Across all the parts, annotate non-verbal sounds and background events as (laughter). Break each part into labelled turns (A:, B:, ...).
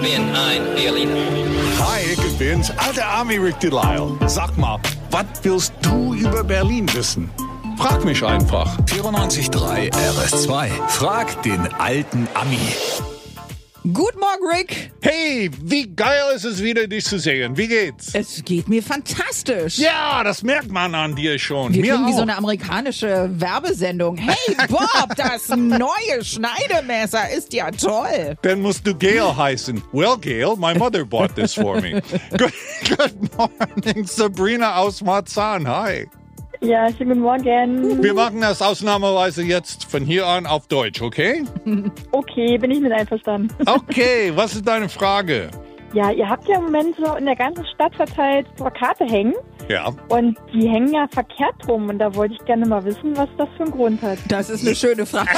A: bin ein Berliner.
B: Hi, ich bin's, alter Army Rick Delisle. Sag mal, was willst du über Berlin wissen? Frag mich einfach.
C: 94.3 RS2. Frag den alten Ami.
D: Guten Morgen, Rick.
B: Hey, wie geil ist es wieder, dich zu sehen. Wie geht's?
D: Es geht mir fantastisch.
B: Ja, das merkt man an dir schon.
D: Wir
B: mir
D: klingen wie
B: auch.
D: so eine amerikanische Werbesendung.
B: (laughs)
D: Hey Bob, das neue Schneidemesser ist ja toll.
B: Dann musst du Gail heißen. Well, Gail, my mother bought this for
D: (laughs)
B: me. good, good morning, Sabrina aus Marzahn. Hi.
E: Ja,
B: (laughs)
E: schönen guten Morgen.
B: Wir machen das ausnahmsweise jetzt von hier an auf Deutsch, okay?
E: Okay, bin ich mit einverstanden.
B: Okay, was ist deine Frage?
E: Ja, ihr habt ja im Moment so in der ganzen Stadt verteilt Plakate hängen
B: Ja.
E: und die hängen ja verkehrt rum und da wollte ich gerne mal wissen, was das für einen Grund hat.
D: Das ist eine schöne Frage.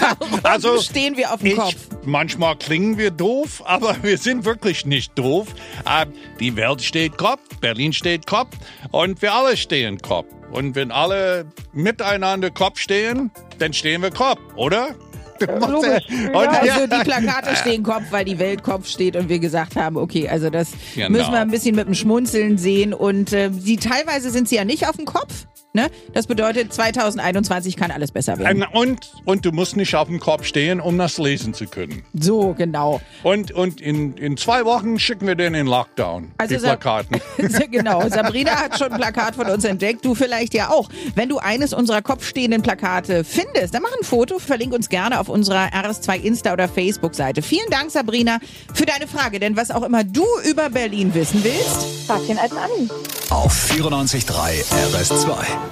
D: Warum
B: Also,
D: stehen wir auf dem
B: Ich,
D: Kopf?
B: manchmal klingen wir doof, (laughs) aber wir sind wirklich nicht doof. Äh, Die Welt steht Kopf, Berlin steht Kopf und wir alle stehen Kopf. Und wenn alle miteinander Kopf stehen, dann stehen wir Kopf, oder?
E: logisch,
B: Und-
E: ja.
D: Also die Plakate stehen Kopf, weil die Welt Kopf steht und wir gesagt haben, okay, also das
B: Genau.
D: müssen wir ein bisschen mit dem Schmunzeln sehen und äh, die teilweise sind sie ja nicht auf dem Kopf. Ne? Das bedeutet, 2021 kann alles besser werden.
B: Und, und, und du musst nicht auf dem Kopf stehen, um das lesen zu können.
D: So, genau.
B: Und, und in, in zwei Wochen schicken wir den in Lockdown,
D: Also
B: die
D: Sa- (laughs)
B: Plakaten.
D: Sehr genau. Sabrina hat schon ein Plakat von uns entdeckt. Du vielleicht ja auch. Wenn du eines unserer kopfstehenden Plakate findest, dann mach ein Foto, verlink uns gerne auf unserer RS2 Insta- oder Facebook-Seite. Vielen Dank, Sabrina, für deine Frage. Denn was auch immer du über Berlin wissen willst,
E: Frag den alten Ami.
C: Auf 94.3 RS2.